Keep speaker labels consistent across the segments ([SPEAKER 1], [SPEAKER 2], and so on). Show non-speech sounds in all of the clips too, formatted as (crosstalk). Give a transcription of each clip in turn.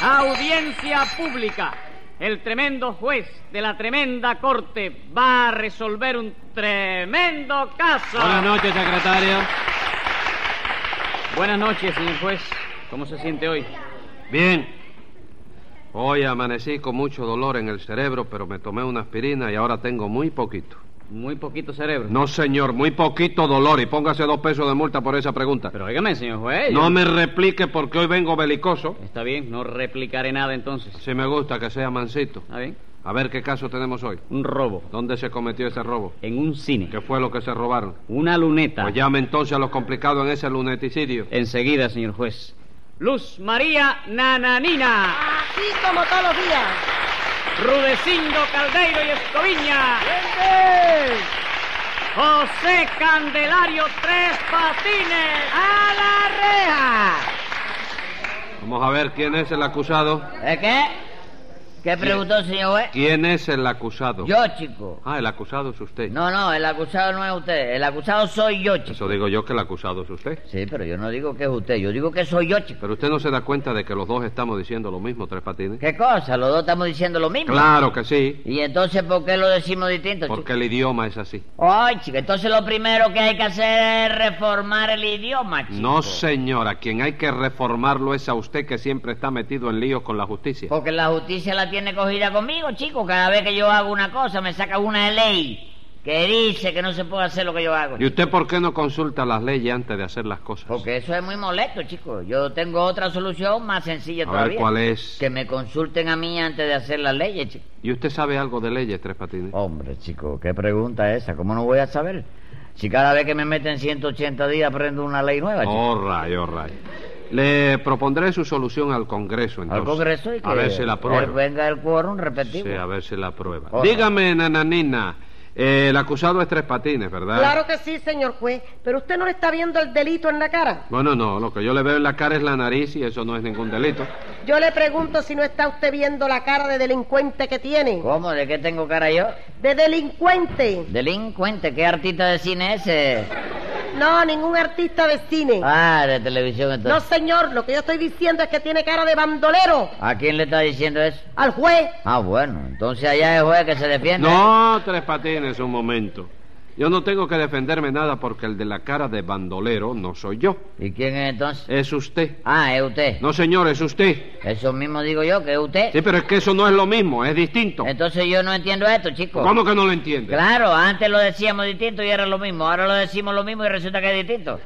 [SPEAKER 1] Audiencia pública. El tremendo juez de la tremenda corte va a resolver un tremendo caso.
[SPEAKER 2] Buenas noches, secretario.
[SPEAKER 1] Buenas noches, señor juez. ¿Cómo se siente hoy?
[SPEAKER 2] Bien. Hoy amanecí con mucho dolor en el cerebro, pero me tomé una aspirina y ahora tengo muy poquito.
[SPEAKER 1] Muy poquito cerebro.
[SPEAKER 2] No, señor, muy poquito dolor y póngase dos pesos de multa por esa pregunta.
[SPEAKER 1] Pero óigame, señor juez. yo-
[SPEAKER 2] No me replique porque hoy vengo belicoso.
[SPEAKER 1] Está bien, no replicaré nada entonces.
[SPEAKER 2] Si me gusta que sea mansito.
[SPEAKER 1] Está bien.
[SPEAKER 2] A ver qué caso tenemos hoy.
[SPEAKER 1] Un robo.
[SPEAKER 2] ¿Dónde se cometió ese robo?
[SPEAKER 1] En un cine.
[SPEAKER 2] ¿Qué fue lo que se robaron?
[SPEAKER 1] Una luneta.
[SPEAKER 2] Pues llame entonces a los complicados en ese luneticidio.
[SPEAKER 1] Enseguida, señor juez. Luz María Nananina.
[SPEAKER 3] Aquí como todos los días.
[SPEAKER 1] Rudecindo Caldeiro y Escoviña. José Candelario Tres Patines a la
[SPEAKER 2] Vamos a ver quién es el acusado.
[SPEAKER 4] ¿Eh, qué? ¿Qué preguntó, señor juez?
[SPEAKER 2] ¿Quién es el acusado?
[SPEAKER 4] Yo, chico.
[SPEAKER 2] Ah, el acusado es usted.
[SPEAKER 4] No, no, el acusado no es usted. El acusado soy yo, chico.
[SPEAKER 2] Eso digo yo que el acusado es usted.
[SPEAKER 4] Sí, pero yo no digo que es usted. Yo digo que soy yo, chico.
[SPEAKER 2] Pero usted no se da cuenta de que los dos estamos diciendo lo mismo, Tres Patines.
[SPEAKER 4] ¿Qué cosa? Los dos estamos diciendo lo mismo.
[SPEAKER 2] Claro que sí,
[SPEAKER 4] ¿Y entonces por qué lo decimos distinto, chico?
[SPEAKER 2] porque el idioma es así.
[SPEAKER 4] Ay, chico, entonces lo primero que hay que hacer es reformar el idioma, chico.
[SPEAKER 2] No, señora, quien hay que reformarlo es a usted que siempre está metido en líos con la justicia.
[SPEAKER 4] Porque la justicia la tiene cogida conmigo, chico. Cada vez que yo hago una cosa, me saca una ley que dice que no se puede hacer lo que yo hago.
[SPEAKER 2] ¿Y usted por qué no consulta las leyes antes de hacer las cosas?
[SPEAKER 4] Porque eso es muy molesto, chico. Yo tengo otra solución más sencilla
[SPEAKER 2] A
[SPEAKER 4] todavía.
[SPEAKER 2] ver cuál es.
[SPEAKER 4] Que me consulten a mí antes de hacer las leyes, chico.
[SPEAKER 2] ¿Y usted sabe algo de leyes, Tres Patines?
[SPEAKER 4] Hombre, chico, qué pregunta esa. ¿Cómo no voy a saber? Si cada vez que me meten 180 días aprendo una ley nueva, chico.
[SPEAKER 2] Oh, ray, oh, ray. Le propondré su solución al Congreso, entonces.
[SPEAKER 4] Al Congreso y que
[SPEAKER 2] A ver si la aprueba.
[SPEAKER 4] venga el quórum repetido.
[SPEAKER 2] Sí, a ver si la aprueba.
[SPEAKER 4] Oh,
[SPEAKER 2] Dígame, nananina, eh, el acusado es Tres Patines,
[SPEAKER 4] Ah.
[SPEAKER 2] ¿verdad?
[SPEAKER 3] Claro que sí, señor juez, pero usted no le está viendo el delito en la cara.
[SPEAKER 2] Bueno, no, lo que yo le veo en la cara es la nariz y eso no es ningún delito.
[SPEAKER 3] Yo le pregunto si no está usted viendo la cara de delincuente que tiene.
[SPEAKER 4] ¿Cómo? ¿De qué tengo cara yo?
[SPEAKER 3] De delincuente.
[SPEAKER 4] Delincuente, ¿qué artista de cine es ese?
[SPEAKER 3] No, ningún artista de cine.
[SPEAKER 4] Ah, de televisión
[SPEAKER 3] No,
[SPEAKER 4] entonces.
[SPEAKER 3] señor, lo que yo estoy diciendo es que tiene cara de bandolero.
[SPEAKER 4] ¿A quién le está diciendo eso?
[SPEAKER 3] Al juez.
[SPEAKER 4] Ah, bueno, entonces allá es juez que se defiende.
[SPEAKER 2] No, Tres Patines, un momento. Yo no tengo que defenderme nada porque el de la cara de bandolero no soy yo,
[SPEAKER 4] ¿Y quién es entonces?
[SPEAKER 2] es usted.
[SPEAKER 4] Ah, es usted.
[SPEAKER 2] No, señor, es usted.
[SPEAKER 4] Eso mismo digo yo, que es usted.
[SPEAKER 2] Sí, pero es que eso no es lo mismo, es distinto.
[SPEAKER 4] Entonces yo no entiendo esto, chico.
[SPEAKER 2] ¿Cómo que no lo entiende?
[SPEAKER 4] Eh, Claro, antes lo decíamos distinto y era lo mismo. Ahora lo decimos lo mismo y resulta que es distinto.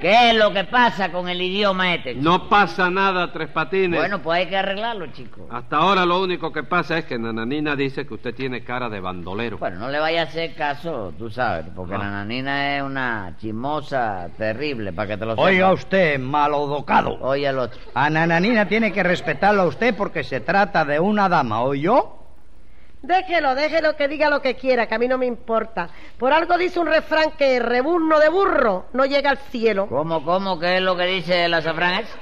[SPEAKER 4] ¿Qué es lo que pasa con el idioma este? chico?
[SPEAKER 2] No pasa nada, Tres Patines.
[SPEAKER 4] Bueno, pues hay que arreglarlo, chico.
[SPEAKER 2] Hasta ahora lo único que pasa es que Nananina dice que usted tiene cara de bandolero.
[SPEAKER 4] Bueno, no le vaya a hacer caso, tú sabes, porque
[SPEAKER 2] Ah.
[SPEAKER 4] la nanina es una chimosa terrible, para que te lo sepas.
[SPEAKER 5] Oiga usted, malodocado.
[SPEAKER 4] Oye el otro.
[SPEAKER 5] A Nananina tiene que respetarlo a usted porque se trata de una dama, ¿o yo?
[SPEAKER 3] Déjelo, déjelo que diga lo que quiera, que a mí no me importa. Por algo dice un refrán que reburno de burro no llega al cielo.
[SPEAKER 4] ¿Cómo, cómo? ¿Qué es lo que dice la azafrán ese?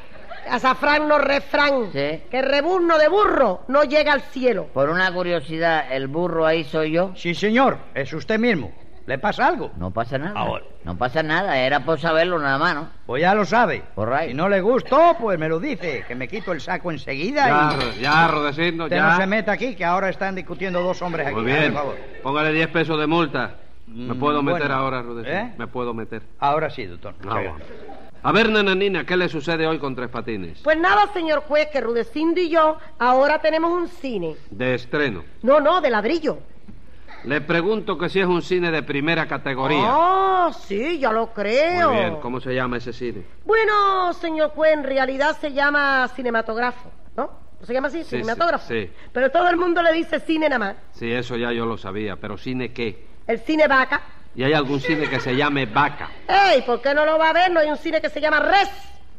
[SPEAKER 3] Azafrán no refrán.
[SPEAKER 4] Sí.
[SPEAKER 3] Que reburno de burro no llega al cielo.
[SPEAKER 4] Por una curiosidad, ¿el burro ahí soy yo?
[SPEAKER 5] Sí, señor, es usted mismo. ¿Le pasa algo?
[SPEAKER 4] No pasa nada.
[SPEAKER 5] Ahora.
[SPEAKER 4] No pasa nada, era por saberlo nada más, ¿no?
[SPEAKER 5] Pues ya lo sabe.
[SPEAKER 4] All right.
[SPEAKER 5] Si no le gustó, pues me lo dice, que me quito el saco enseguida
[SPEAKER 2] Ya,
[SPEAKER 5] y...
[SPEAKER 2] ya, Rodecindo,
[SPEAKER 5] Usted no
[SPEAKER 2] ya.
[SPEAKER 5] se meta aquí, que ahora están discutiendo dos hombres aquí.
[SPEAKER 2] Muy
[SPEAKER 5] Por
[SPEAKER 2] bien.
[SPEAKER 5] favor.
[SPEAKER 2] Póngale 10 pesos de multa. Me
[SPEAKER 5] Mm,
[SPEAKER 2] puedo meter
[SPEAKER 5] bueno.
[SPEAKER 2] ahora, Rudecindo.
[SPEAKER 5] ¿Eh?
[SPEAKER 2] Me puedo meter.
[SPEAKER 5] Ahora sí, doctor. Muchas
[SPEAKER 2] Ah,
[SPEAKER 5] gracias.
[SPEAKER 2] bueno. A ver, Nananina, ¿qué le sucede hoy con Tres Patines?
[SPEAKER 3] Pues nada, señor juez, que Rudecindo y yo ahora tenemos un cine.
[SPEAKER 2] De estreno.
[SPEAKER 3] No, no, de ladrillo.
[SPEAKER 2] Le pregunto que si es un cine de primera categoría.
[SPEAKER 3] Oh, sí, ya lo creo.
[SPEAKER 2] Muy bien, ¿cómo se llama ese cine?
[SPEAKER 3] Bueno, señor juez, en realidad se llama cinematógrafo, ¿no? ¿Se llama así?
[SPEAKER 2] Sí,
[SPEAKER 3] cinematógrafo.
[SPEAKER 2] sí, sí.
[SPEAKER 3] Pero todo el mundo le dice cine nada más.
[SPEAKER 2] Sí, eso ya yo lo sabía, pero ¿cine qué?
[SPEAKER 3] El cine vaca.
[SPEAKER 2] ¿Y hay algún cine que se llame Vaca?
[SPEAKER 3] ¡Ey! ¿Por qué no lo va a ver? No hay un cine que se llama Res.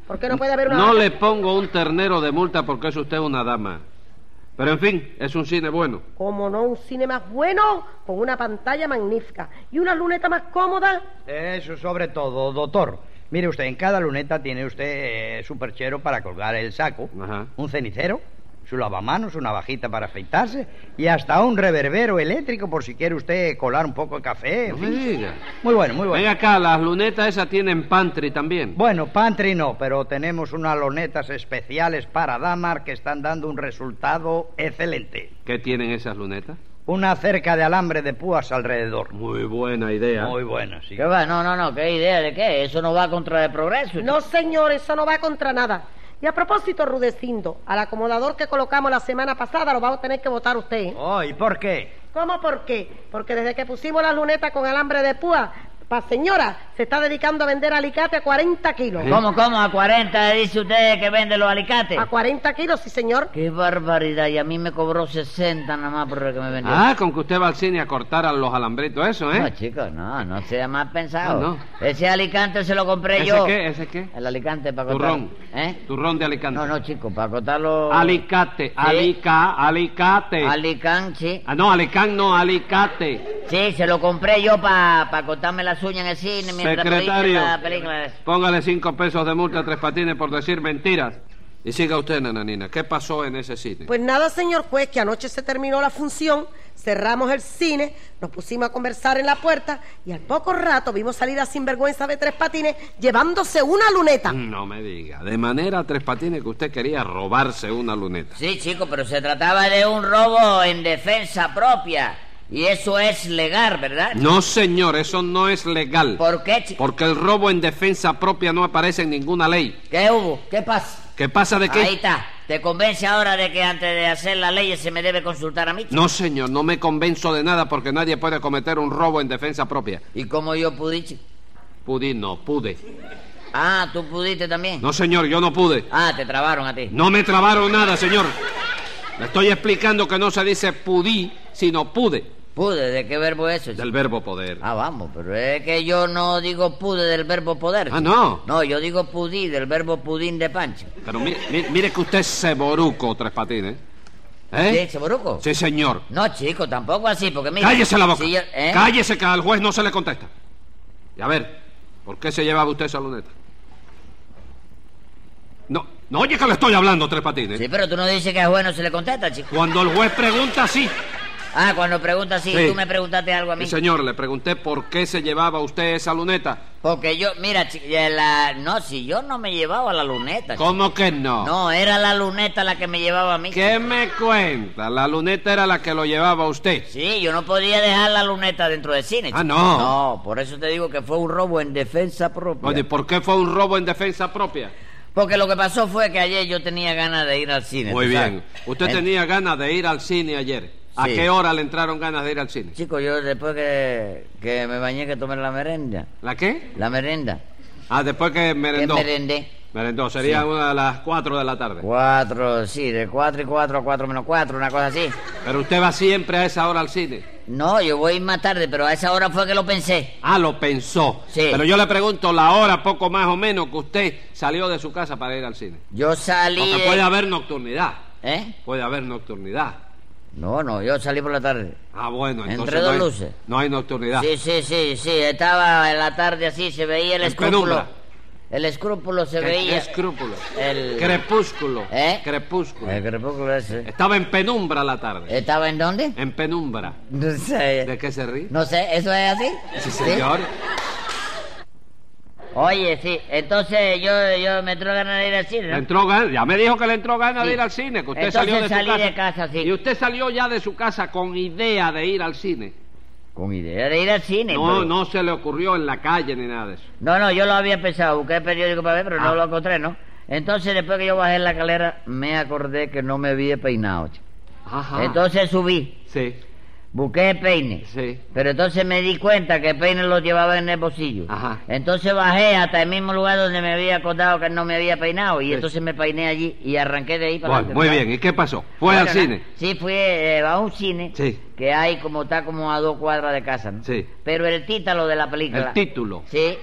[SPEAKER 3] ¿Por qué no puede haber una
[SPEAKER 2] No
[SPEAKER 3] vaca?
[SPEAKER 2] le pongo un ternero de multa porque es usted una dama. Pero en fin, es un cine bueno.
[SPEAKER 3] Como no, un cine más bueno, con una pantalla magnífica y una luneta más cómoda.
[SPEAKER 5] Eso sobre todo, doctor. Mire usted, en cada luneta tiene usted eh, su perchero para colgar el saco,
[SPEAKER 2] Ajá.
[SPEAKER 5] un cenicero, su lavamanos, una bajita para afeitarse y hasta un reverbero eléctrico por si quiere usted colar un poco de café. en
[SPEAKER 2] No me
[SPEAKER 5] fin.
[SPEAKER 2] diga.
[SPEAKER 5] Muy bueno, muy bueno.
[SPEAKER 2] Ven acá, las lunetas esas tienen pantry también.
[SPEAKER 5] Bueno, pantry no, pero tenemos unas lonetas especiales para Damar que están dando un resultado excelente.
[SPEAKER 2] ¿Qué tienen esas lunetas?
[SPEAKER 5] Una cerca de alambre de púas alrededor.
[SPEAKER 2] Muy buena idea.
[SPEAKER 5] Muy buena, sí.
[SPEAKER 4] ¿Qué va? No, no, no, ¿qué idea de qué? Eso no va contra el progreso.
[SPEAKER 3] No, señor, eso no va contra nada. Y a propósito, Rudecindo, al acomodador que colocamos la semana pasada lo vamos a tener que votar usted. ¿eh?
[SPEAKER 5] Oh, ¿y por qué?
[SPEAKER 3] ¿Cómo por qué? Porque desde que pusimos las lunetas con alambre de púa, pa señora se está dedicando a vender alicate a 40 kilos.
[SPEAKER 4] ¿Cómo, cómo? A 40 dice usted que vende los alicates.
[SPEAKER 3] A 40 kilos, sí, señor.
[SPEAKER 4] Qué barbaridad, y a mí me cobró 60 nada más por lo que me vendió.
[SPEAKER 2] Ah, con que usted va al cine a cortar a los alambritos, eso,
[SPEAKER 4] No,
[SPEAKER 2] ¿eh?
[SPEAKER 4] chicos, no, no sea más pensado.
[SPEAKER 2] Ah,
[SPEAKER 4] Ese alicante se lo compré
[SPEAKER 2] ¿Ese
[SPEAKER 4] yo.
[SPEAKER 2] qué? ¿Ese qué?
[SPEAKER 4] El alicante para cortar.
[SPEAKER 2] Turrón.
[SPEAKER 4] ¿Eh?
[SPEAKER 2] Turrón de Alicante.
[SPEAKER 4] No, ¿Eh? no, chicos, para cortarlo.
[SPEAKER 2] Alicate, alica, alicate.
[SPEAKER 4] Alicán, sí.
[SPEAKER 2] Ah, no, alicán no, alicate.
[SPEAKER 4] Sí, se lo compré yo para cortarme las uñas en el cine mientras
[SPEAKER 2] Secretario,
[SPEAKER 4] veía la película. esa.
[SPEAKER 2] póngale cinco pesos de multa a Tres Patines por decir mentiras. Y siga usted, nananina, ¿qué pasó en ese cine?
[SPEAKER 3] Pues nada, señor juez, que anoche se terminó la función, cerramos el cine, nos pusimos a conversar en la puerta y al poco rato vimos salir a sinvergüenza de tres patines llevándose una luneta.
[SPEAKER 2] No me diga, de manera Tres Patines que usted quería robarse una luneta.
[SPEAKER 4] Sí, chicos, pero se trataba de un robo en defensa propia. Y eso es legal, ¿verdad?
[SPEAKER 2] No, señor, eso no es legal.
[SPEAKER 4] ¿Por qué, chicos?
[SPEAKER 2] Porque el robo en defensa propia no aparece en ninguna ley.
[SPEAKER 4] ¿Qué hubo? ¿Qué pasa?
[SPEAKER 2] ¿Qué pasa de
[SPEAKER 4] Ahí
[SPEAKER 2] qué?
[SPEAKER 4] está. ¿Te convence ahora de que antes de hacer las leyes se me debe consultar a mí?
[SPEAKER 2] No, señor, no me convenzo de nada porque nadie puede cometer un robo en defensa propia.
[SPEAKER 4] ¿Y cómo yo pude, chico?
[SPEAKER 2] Pudí, no, pude.
[SPEAKER 4] Ah, tú pudiste también.
[SPEAKER 2] No, señor, yo no pude.
[SPEAKER 4] Ah, te trabaron a ti.
[SPEAKER 2] No me trabaron nada, señor. Le estoy explicando que no se dice pudí, sino pude,
[SPEAKER 4] ¿Pude? ¿De qué verbo es eso? chico?
[SPEAKER 2] del verbo poder.
[SPEAKER 4] Ah, vamos, pero es que yo no digo pude del verbo poder.
[SPEAKER 2] Ah,
[SPEAKER 4] chico.
[SPEAKER 2] no.
[SPEAKER 4] No, yo digo pudí del verbo pudín de pancho.
[SPEAKER 2] Pero mi- mi- mire que usted es ceboruco, Tres Patines. ¿Eh?
[SPEAKER 4] ¿Sí, Boruco?
[SPEAKER 2] Sí, señor.
[SPEAKER 4] No, chico, tampoco así, porque mira...
[SPEAKER 2] Cállese la boca.
[SPEAKER 4] si yo- ¿eh?
[SPEAKER 2] Cállese que al juez no se le contesta. Y a ver, ¿por qué se llevaba usted esa luneta? No, no oye que le estoy hablando, Tres Patines.
[SPEAKER 4] Sí, pero tú no dices que a juez no se le contesta, chico.
[SPEAKER 2] Cuando el juez pregunta, sí.
[SPEAKER 4] Ah, cuando pregunta así,
[SPEAKER 2] Sí.
[SPEAKER 4] tú me preguntaste algo a mí.
[SPEAKER 2] Sí, señor, le pregunté por qué se llevaba usted esa luneta.
[SPEAKER 4] Porque yo, mira, chico, ya la... no, si yo no me llevaba la luneta. chico.
[SPEAKER 2] ¿Cómo que no?
[SPEAKER 4] No, era la luneta la que me llevaba a mí.
[SPEAKER 2] ¿Qué me cuenta? La luneta era la que lo llevaba usted.
[SPEAKER 4] Sí, yo no podía dejar la luneta dentro del cine.
[SPEAKER 2] Ah,
[SPEAKER 4] chico.
[SPEAKER 2] no.
[SPEAKER 4] No, por eso te digo que fue un robo en defensa propia.
[SPEAKER 2] Oye, ¿por qué fue un robo en defensa propia?
[SPEAKER 4] Porque lo que pasó fue que ayer yo tenía ganas de ir al cine.
[SPEAKER 2] Muy
[SPEAKER 4] ¿tú sabes?
[SPEAKER 2] bien. Usted
[SPEAKER 4] En-
[SPEAKER 2] tenía ganas de ir al cine ayer. ¿A
[SPEAKER 4] Sí.
[SPEAKER 2] qué hora le entraron ganas de ir al cine?
[SPEAKER 4] Chico, yo después que, que me bañé, que tomé la merenda.
[SPEAKER 2] ¿La qué?
[SPEAKER 4] La merenda.
[SPEAKER 2] Ah, después que
[SPEAKER 4] ¿Qué
[SPEAKER 2] merendó.
[SPEAKER 4] merendé?
[SPEAKER 2] Merendó, sería una de las cuatro de la tarde.
[SPEAKER 4] Cuatro, sí, de cuatro y cuatro a cuatro menos cuatro, una cosa así.
[SPEAKER 2] Pero usted va siempre a esa hora al cine.
[SPEAKER 4] No, yo voy más tarde, pero a esa hora fue que lo pensé.
[SPEAKER 2] Ah, lo pensó.
[SPEAKER 4] Sí.
[SPEAKER 2] Pero yo le pregunto la hora, poco más o menos, que usted salió de su casa para ir al cine.
[SPEAKER 4] Yo salí...
[SPEAKER 2] Porque
[SPEAKER 4] de-
[SPEAKER 2] puede haber nocturnidad.
[SPEAKER 4] ¿Eh?
[SPEAKER 2] Puede haber nocturnidad.
[SPEAKER 4] No, no, yo salí por la tarde.
[SPEAKER 2] Ah, bueno,
[SPEAKER 4] Entre
[SPEAKER 2] entonces
[SPEAKER 4] dos
[SPEAKER 2] no, hay,
[SPEAKER 4] luces.
[SPEAKER 2] no hay nocturnidad.
[SPEAKER 4] Sí, sí, sí, sí, estaba en la tarde así, se veía el
[SPEAKER 2] En
[SPEAKER 4] escrúpulo.
[SPEAKER 2] penumbra.
[SPEAKER 4] El escrúpulo se
[SPEAKER 2] Cre-
[SPEAKER 4] veía.
[SPEAKER 2] Escrúpulo.
[SPEAKER 4] El-
[SPEAKER 2] Crepúsculo.
[SPEAKER 4] ¿Eh?
[SPEAKER 2] Crepúsculo.
[SPEAKER 4] El crepúsculo ese.
[SPEAKER 2] Estaba en penumbra la tarde.
[SPEAKER 4] ¿Estaba en dónde?
[SPEAKER 2] En penumbra.
[SPEAKER 4] No sé.
[SPEAKER 2] Eh. ¿De qué se ríe?
[SPEAKER 4] No sé, ¿eso es así?
[SPEAKER 2] Sí, señor.
[SPEAKER 4] Oye, sí, entonces yo, yo me entró ganas de ir al cine.
[SPEAKER 2] Le
[SPEAKER 4] ¿no?
[SPEAKER 2] entró gan- ya me dijo que le entró ganas de
[SPEAKER 4] Sí.
[SPEAKER 2] ir al cine, que usted
[SPEAKER 4] Entonces
[SPEAKER 2] salió de su
[SPEAKER 4] salí
[SPEAKER 2] casa.
[SPEAKER 4] de casa, sí.
[SPEAKER 2] Y usted salió ya de su casa con idea de ir al cine.
[SPEAKER 4] Con idea de ir al cine.
[SPEAKER 2] No,
[SPEAKER 4] pero-
[SPEAKER 2] no se le ocurrió en la calle ni nada de eso.
[SPEAKER 4] No, no, yo lo había pensado, busqué el periódico para ver, pero
[SPEAKER 2] Ah.
[SPEAKER 4] no lo encontré, ¿no? Entonces, después que yo bajé la calera, me acordé que no me había peinado. chico.
[SPEAKER 2] Ajá.
[SPEAKER 4] Entonces subí,
[SPEAKER 2] Sí,
[SPEAKER 4] busqué el peine.
[SPEAKER 2] Ah. sí.
[SPEAKER 4] Pero entonces me di cuenta que el peine lo llevaba en el bolsillo.
[SPEAKER 2] Ajá.
[SPEAKER 4] Entonces bajé hasta el mismo lugar donde me había acordado que no me había peinado. Y
[SPEAKER 2] Sí.
[SPEAKER 4] entonces me peiné allí y arranqué de ahí para
[SPEAKER 2] Bueno,
[SPEAKER 4] adelante,
[SPEAKER 2] muy
[SPEAKER 4] ¿verdad?
[SPEAKER 2] bien. ¿Y qué pasó? ¿Fue
[SPEAKER 4] Bueno,
[SPEAKER 2] al
[SPEAKER 4] na-
[SPEAKER 2] cine?
[SPEAKER 4] Sí, fui eh, a un cine
[SPEAKER 2] Sí.
[SPEAKER 4] que hay como está como a dos cuadras de casa, ¿no?
[SPEAKER 2] Sí.
[SPEAKER 4] Pero el título de la
[SPEAKER 2] El
[SPEAKER 4] película.
[SPEAKER 2] título.
[SPEAKER 4] Sí.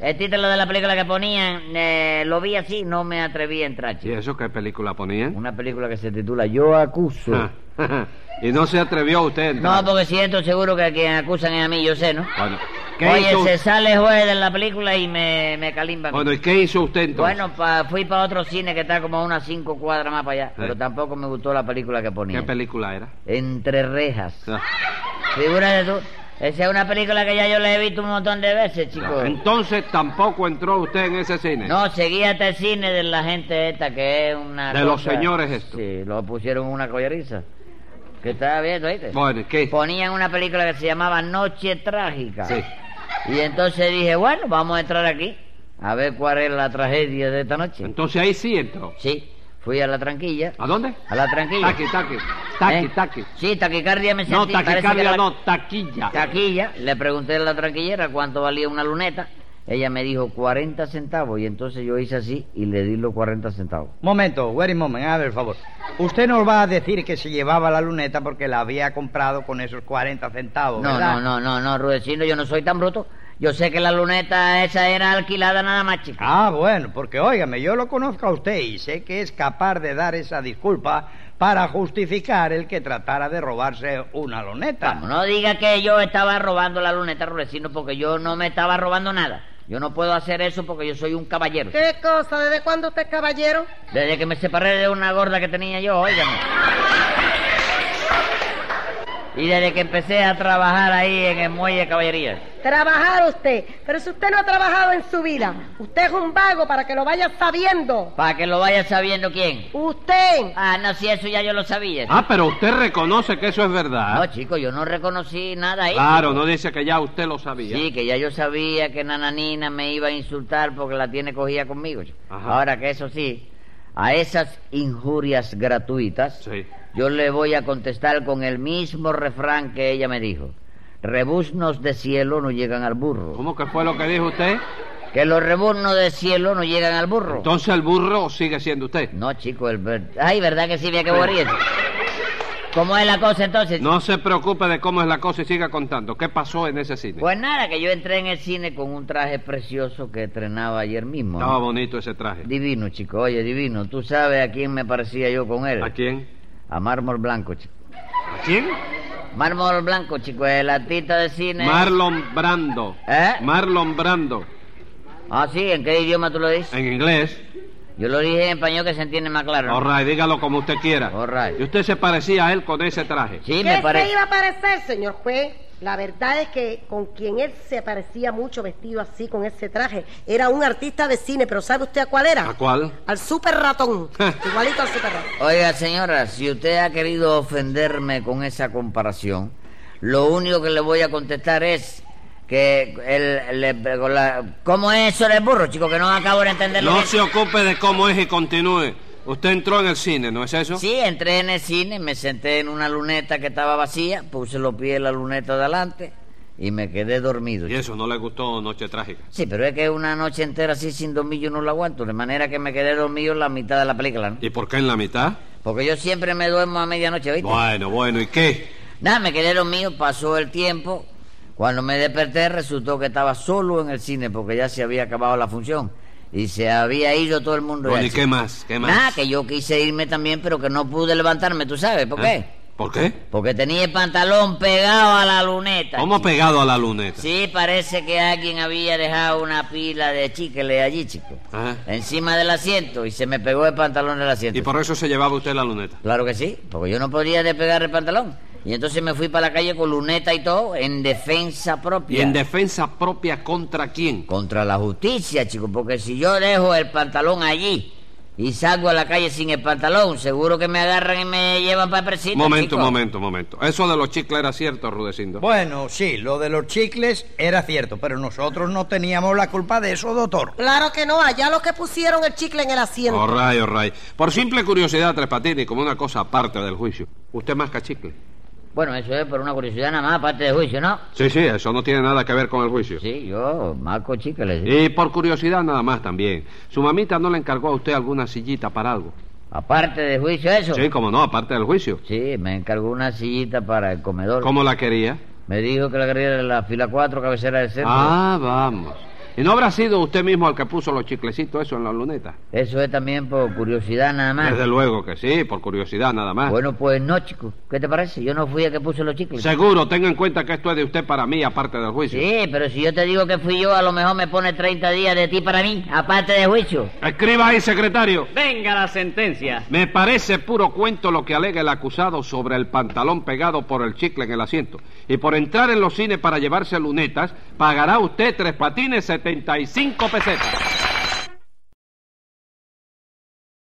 [SPEAKER 4] El título de la película que ponían, eh, lo vi así, no me atreví a entrar,
[SPEAKER 2] ¿Y
[SPEAKER 4] chico.
[SPEAKER 2] eso qué película (laughs) ponían?
[SPEAKER 4] Una película que se titula Yo acuso.
[SPEAKER 2] Ah. (laughs) y no se atrevió usted a entrar.
[SPEAKER 4] No, porque siento seguro que a quien acusan es a mí, yo sé, ¿no?
[SPEAKER 2] Bueno, ¿Qué
[SPEAKER 4] Oye,
[SPEAKER 2] hizo-
[SPEAKER 4] se sale juez de la película y me, me calimba. a mí.
[SPEAKER 2] Bueno, ¿y qué hizo usted entonces?
[SPEAKER 4] Bueno, pa- fui para otro cine que está como a unas cinco cuadras más para allá, pero tampoco me gustó la película que ponía.
[SPEAKER 2] Eh. ¿Qué película era?
[SPEAKER 4] Entre rejas.
[SPEAKER 2] Ah,
[SPEAKER 4] Figúrate tú. Esa es una película que ya yo la he visto un montón de veces, chico.
[SPEAKER 2] Ah, Entonces tampoco entró usted en ese cine.
[SPEAKER 4] No, seguía este cine de la gente esta que es una.
[SPEAKER 2] De los señores estos.
[SPEAKER 4] Sí, lo pusieron una colleriza. Que estaba viendo, ¿oíste?
[SPEAKER 2] Bueno, ¿y ¿qué?
[SPEAKER 4] Ponían una película que se llamaba Noche Trágica.
[SPEAKER 2] Sí.
[SPEAKER 4] Y entonces dije, bueno, vamos a entrar aquí a ver cuál es la tragedia de esta noche.
[SPEAKER 2] Entonces ahí sí entró.
[SPEAKER 4] Sí, fui a la tranquilla.
[SPEAKER 2] ¿A dónde?
[SPEAKER 4] A la tranquilla.
[SPEAKER 2] Taqui, taqui. Taqui,
[SPEAKER 4] ¿Eh?
[SPEAKER 2] taqui.
[SPEAKER 4] Sí, taquicardia me
[SPEAKER 2] No,
[SPEAKER 4] sentí. parece que
[SPEAKER 2] taquicardia
[SPEAKER 4] la-
[SPEAKER 2] no, taquilla.
[SPEAKER 4] taquilla, le pregunté a la tranquillera cuánto valía una luneta. Ella me dijo 40 centavos y entonces yo hice así y le di los 40 centavos.
[SPEAKER 5] Momento, wait a moment, a ver, favor. Usted nos va a decir que se llevaba la luneta porque la había comprado con esos 40 centavos,
[SPEAKER 4] No,
[SPEAKER 5] Oh, ¿verdad?
[SPEAKER 4] no, no, no, no, Rudecindo, yo no soy tan bruto. Yo sé que la luneta esa era alquilada nada más, chico.
[SPEAKER 5] Ah, bueno, porque óigame, yo lo conozco a usted y sé que es capaz de dar esa disculpa para justificar el que tratara de robarse una loneta.
[SPEAKER 4] Vamos, no diga que yo estaba robando la luneta, Rudecindo, porque yo no me estaba robando nada. Yo no puedo hacer eso porque yo soy un caballero.
[SPEAKER 3] ¿Qué cosa? ¿Desde cuándo usted es caballero?
[SPEAKER 4] Desde que me separé de una gorda que tenía yo, óigame. Y desde que empecé a trabajar ahí en el muelle de caballerías.
[SPEAKER 3] Trabajar usted. Pero si usted no ha trabajado en su vida, usted es un vago para que lo vaya sabiendo.
[SPEAKER 4] Para que lo vaya sabiendo quién.
[SPEAKER 3] Usted.
[SPEAKER 4] Ah, no, si eso ya yo lo sabía.
[SPEAKER 2] Ah, pero usted reconoce que eso es
[SPEAKER 4] No,
[SPEAKER 2] verdad.
[SPEAKER 4] chico, yo no reconocí nada ahí.
[SPEAKER 2] Claro, no dice que ya usted lo sabía.
[SPEAKER 4] Sí, que ya yo sabía que Nananina me iba a insultar porque la tiene cogida conmigo. chico.
[SPEAKER 2] Ajá.
[SPEAKER 4] Ahora que eso sí, a esas injurias gratuitas,
[SPEAKER 2] Sí.
[SPEAKER 4] yo le voy a contestar con el mismo refrán que ella me dijo. Rebuznos de cielo no llegan al burro.
[SPEAKER 2] ¿Cómo que fue lo que dijo usted?
[SPEAKER 4] Que los rebuznos de cielo no llegan al burro.
[SPEAKER 2] Entonces el burro sigue siendo usted.
[SPEAKER 4] No, chico, el... ver- Ay, ¿verdad que sí? Vea que borríes. ¿Cómo es la cosa entonces?
[SPEAKER 2] No se preocupe de cómo es la cosa y siga contando. ¿Qué pasó en ese cine?
[SPEAKER 4] Pues nada, que yo entré en el cine con un traje precioso que estrenaba ayer mismo. ¿no?
[SPEAKER 2] Estaba bonito ese traje.
[SPEAKER 4] Divino, chico, oye, divino. ¿Tú sabes a quién me parecía yo con él?
[SPEAKER 2] ¿A quién?
[SPEAKER 4] A Mármol Blanco, chico.
[SPEAKER 2] ¿A quién?
[SPEAKER 4] Mármol Blanco, chico, el artista de cine.
[SPEAKER 2] Marlon Brando.
[SPEAKER 4] ¿Eh?
[SPEAKER 2] Marlon Brando.
[SPEAKER 4] Ah, sí, ¿en qué idioma tú lo dices?
[SPEAKER 2] En inglés.
[SPEAKER 4] Yo lo dije en español que se entiende más claro. ¿no?
[SPEAKER 2] All right, dígalo como usted quiera.
[SPEAKER 4] All right.
[SPEAKER 2] Y usted se parecía a él con ese traje.
[SPEAKER 4] Sí,
[SPEAKER 3] ¿Qué
[SPEAKER 4] me
[SPEAKER 3] se
[SPEAKER 4] parece.
[SPEAKER 3] iba a parecer, señor juez? La verdad es que con quien él se parecía mucho vestido así con ese traje era un artista de cine, pero ¿sabe usted a cuál era?
[SPEAKER 2] ¿A cuál?
[SPEAKER 3] Al super
[SPEAKER 2] (laughs)
[SPEAKER 3] ratón. Igualito al super ratón.
[SPEAKER 4] Oiga, señora, si usted ha querido ofenderme con esa comparación, lo único que le voy a contestar es que el, le- con la- ¿cómo es eso del burro, chico? Que no acabo de entenderlo.
[SPEAKER 2] No
[SPEAKER 4] bien.
[SPEAKER 2] se ocupe de cómo es y continúe. Usted entró en el cine, ¿no es eso?
[SPEAKER 4] Sí, entré en el cine, me senté en una luneta que estaba vacía, puse los pies en la luneta de adelante y me quedé dormido.
[SPEAKER 2] Y eso no le gustó Noche Trágica.
[SPEAKER 4] Sí, pero es que una noche entera así sin dormir yo no lo aguanto, de manera que me quedé dormido en la mitad de la película, ¿no?
[SPEAKER 2] ¿Y por qué en la mitad?
[SPEAKER 4] Porque yo siempre me duermo a medianoche, ¿viste?
[SPEAKER 2] Bueno, bueno, ¿y qué?
[SPEAKER 4] Nada, me quedé mío, pasó el tiempo. Cuando me desperté resultó que estaba solo en el cine porque ya se había acabado la función y se había ido todo el mundo.
[SPEAKER 2] Bueno,
[SPEAKER 4] ya.
[SPEAKER 2] ¿y qué más? ¿Qué más?
[SPEAKER 4] Nada, que yo quise irme también, pero que no pude levantarme, ¿tú sabes por qué?
[SPEAKER 2] ¿Eh? ¿Por qué?
[SPEAKER 4] Porque tenía el pantalón pegado a la luneta.
[SPEAKER 2] ¿Cómo
[SPEAKER 4] chico.
[SPEAKER 2] pegado a la luneta?
[SPEAKER 4] Sí, parece que alguien había dejado una pila de chicle allí, chico.
[SPEAKER 2] Ajá.
[SPEAKER 4] Encima del asiento y se me pegó el pantalón del asiento.
[SPEAKER 2] ¿Ah? Y por eso se llevaba usted la luneta.
[SPEAKER 4] Claro que sí, porque yo no podía despegar el pantalón. Y entonces me fui para la calle con luneta y todo, en defensa propia.
[SPEAKER 2] ¿Y en defensa propia contra quién?
[SPEAKER 4] Contra la justicia, chico, porque si yo dejo el pantalón allí y salgo a la calle sin el pantalón, seguro que me agarran y me llevan para el precinto.
[SPEAKER 2] momento,
[SPEAKER 4] chico.
[SPEAKER 2] momento, momento. Eso de los chicles era cierto, Rudecindo.
[SPEAKER 5] Bueno, sí, lo de los chicles era cierto, pero nosotros no teníamos la culpa de eso, doctor.
[SPEAKER 3] Claro que no, allá los que pusieron el chicle en el asiento.
[SPEAKER 2] Orray, orray. Por simple curiosidad, Tres Patines, como una cosa aparte del juicio. ¿Usted masca chicle?
[SPEAKER 4] Bueno, eso es por una curiosidad nada más, aparte de juicio, ¿no?
[SPEAKER 2] Sí, sí, eso no tiene nada que ver con el juicio.
[SPEAKER 4] Sí, yo marco chicles.
[SPEAKER 2] Y por curiosidad nada más también. ¿Su mamita no le encargó a usted alguna sillita para algo?
[SPEAKER 4] Aparte de juicio, eso.
[SPEAKER 2] Sí, como no, aparte del juicio.
[SPEAKER 4] Sí, me encargó una sillita para el comedor.
[SPEAKER 2] ¿Cómo la quería?
[SPEAKER 4] Me dijo que la quería en la fila 4, cabecera del centro.
[SPEAKER 2] Ah, vamos. ¿Y no habrá sido usted mismo el que puso los chiclecitos eso en la luneta?
[SPEAKER 4] Eso es también por curiosidad nada más.
[SPEAKER 2] Desde luego que sí, por curiosidad nada más.
[SPEAKER 4] Bueno, pues no, chico. ¿Qué te parece? Yo no fui el que puse los chicles.
[SPEAKER 2] Seguro, tenga en cuenta que esto es de usted para mí, aparte del juicio.
[SPEAKER 4] Sí, pero si yo te digo que fui yo, a lo mejor me pone 30 días de ti para mí, aparte de juicio.
[SPEAKER 2] Escriba ahí, secretario.
[SPEAKER 1] Venga la sentencia.
[SPEAKER 2] Me parece puro cuento lo que alega el acusado sobre el pantalón pegado por el chicle en el asiento. Y por entrar en los cines para llevarse lunetas, pagará usted tres patines 75 pesetas.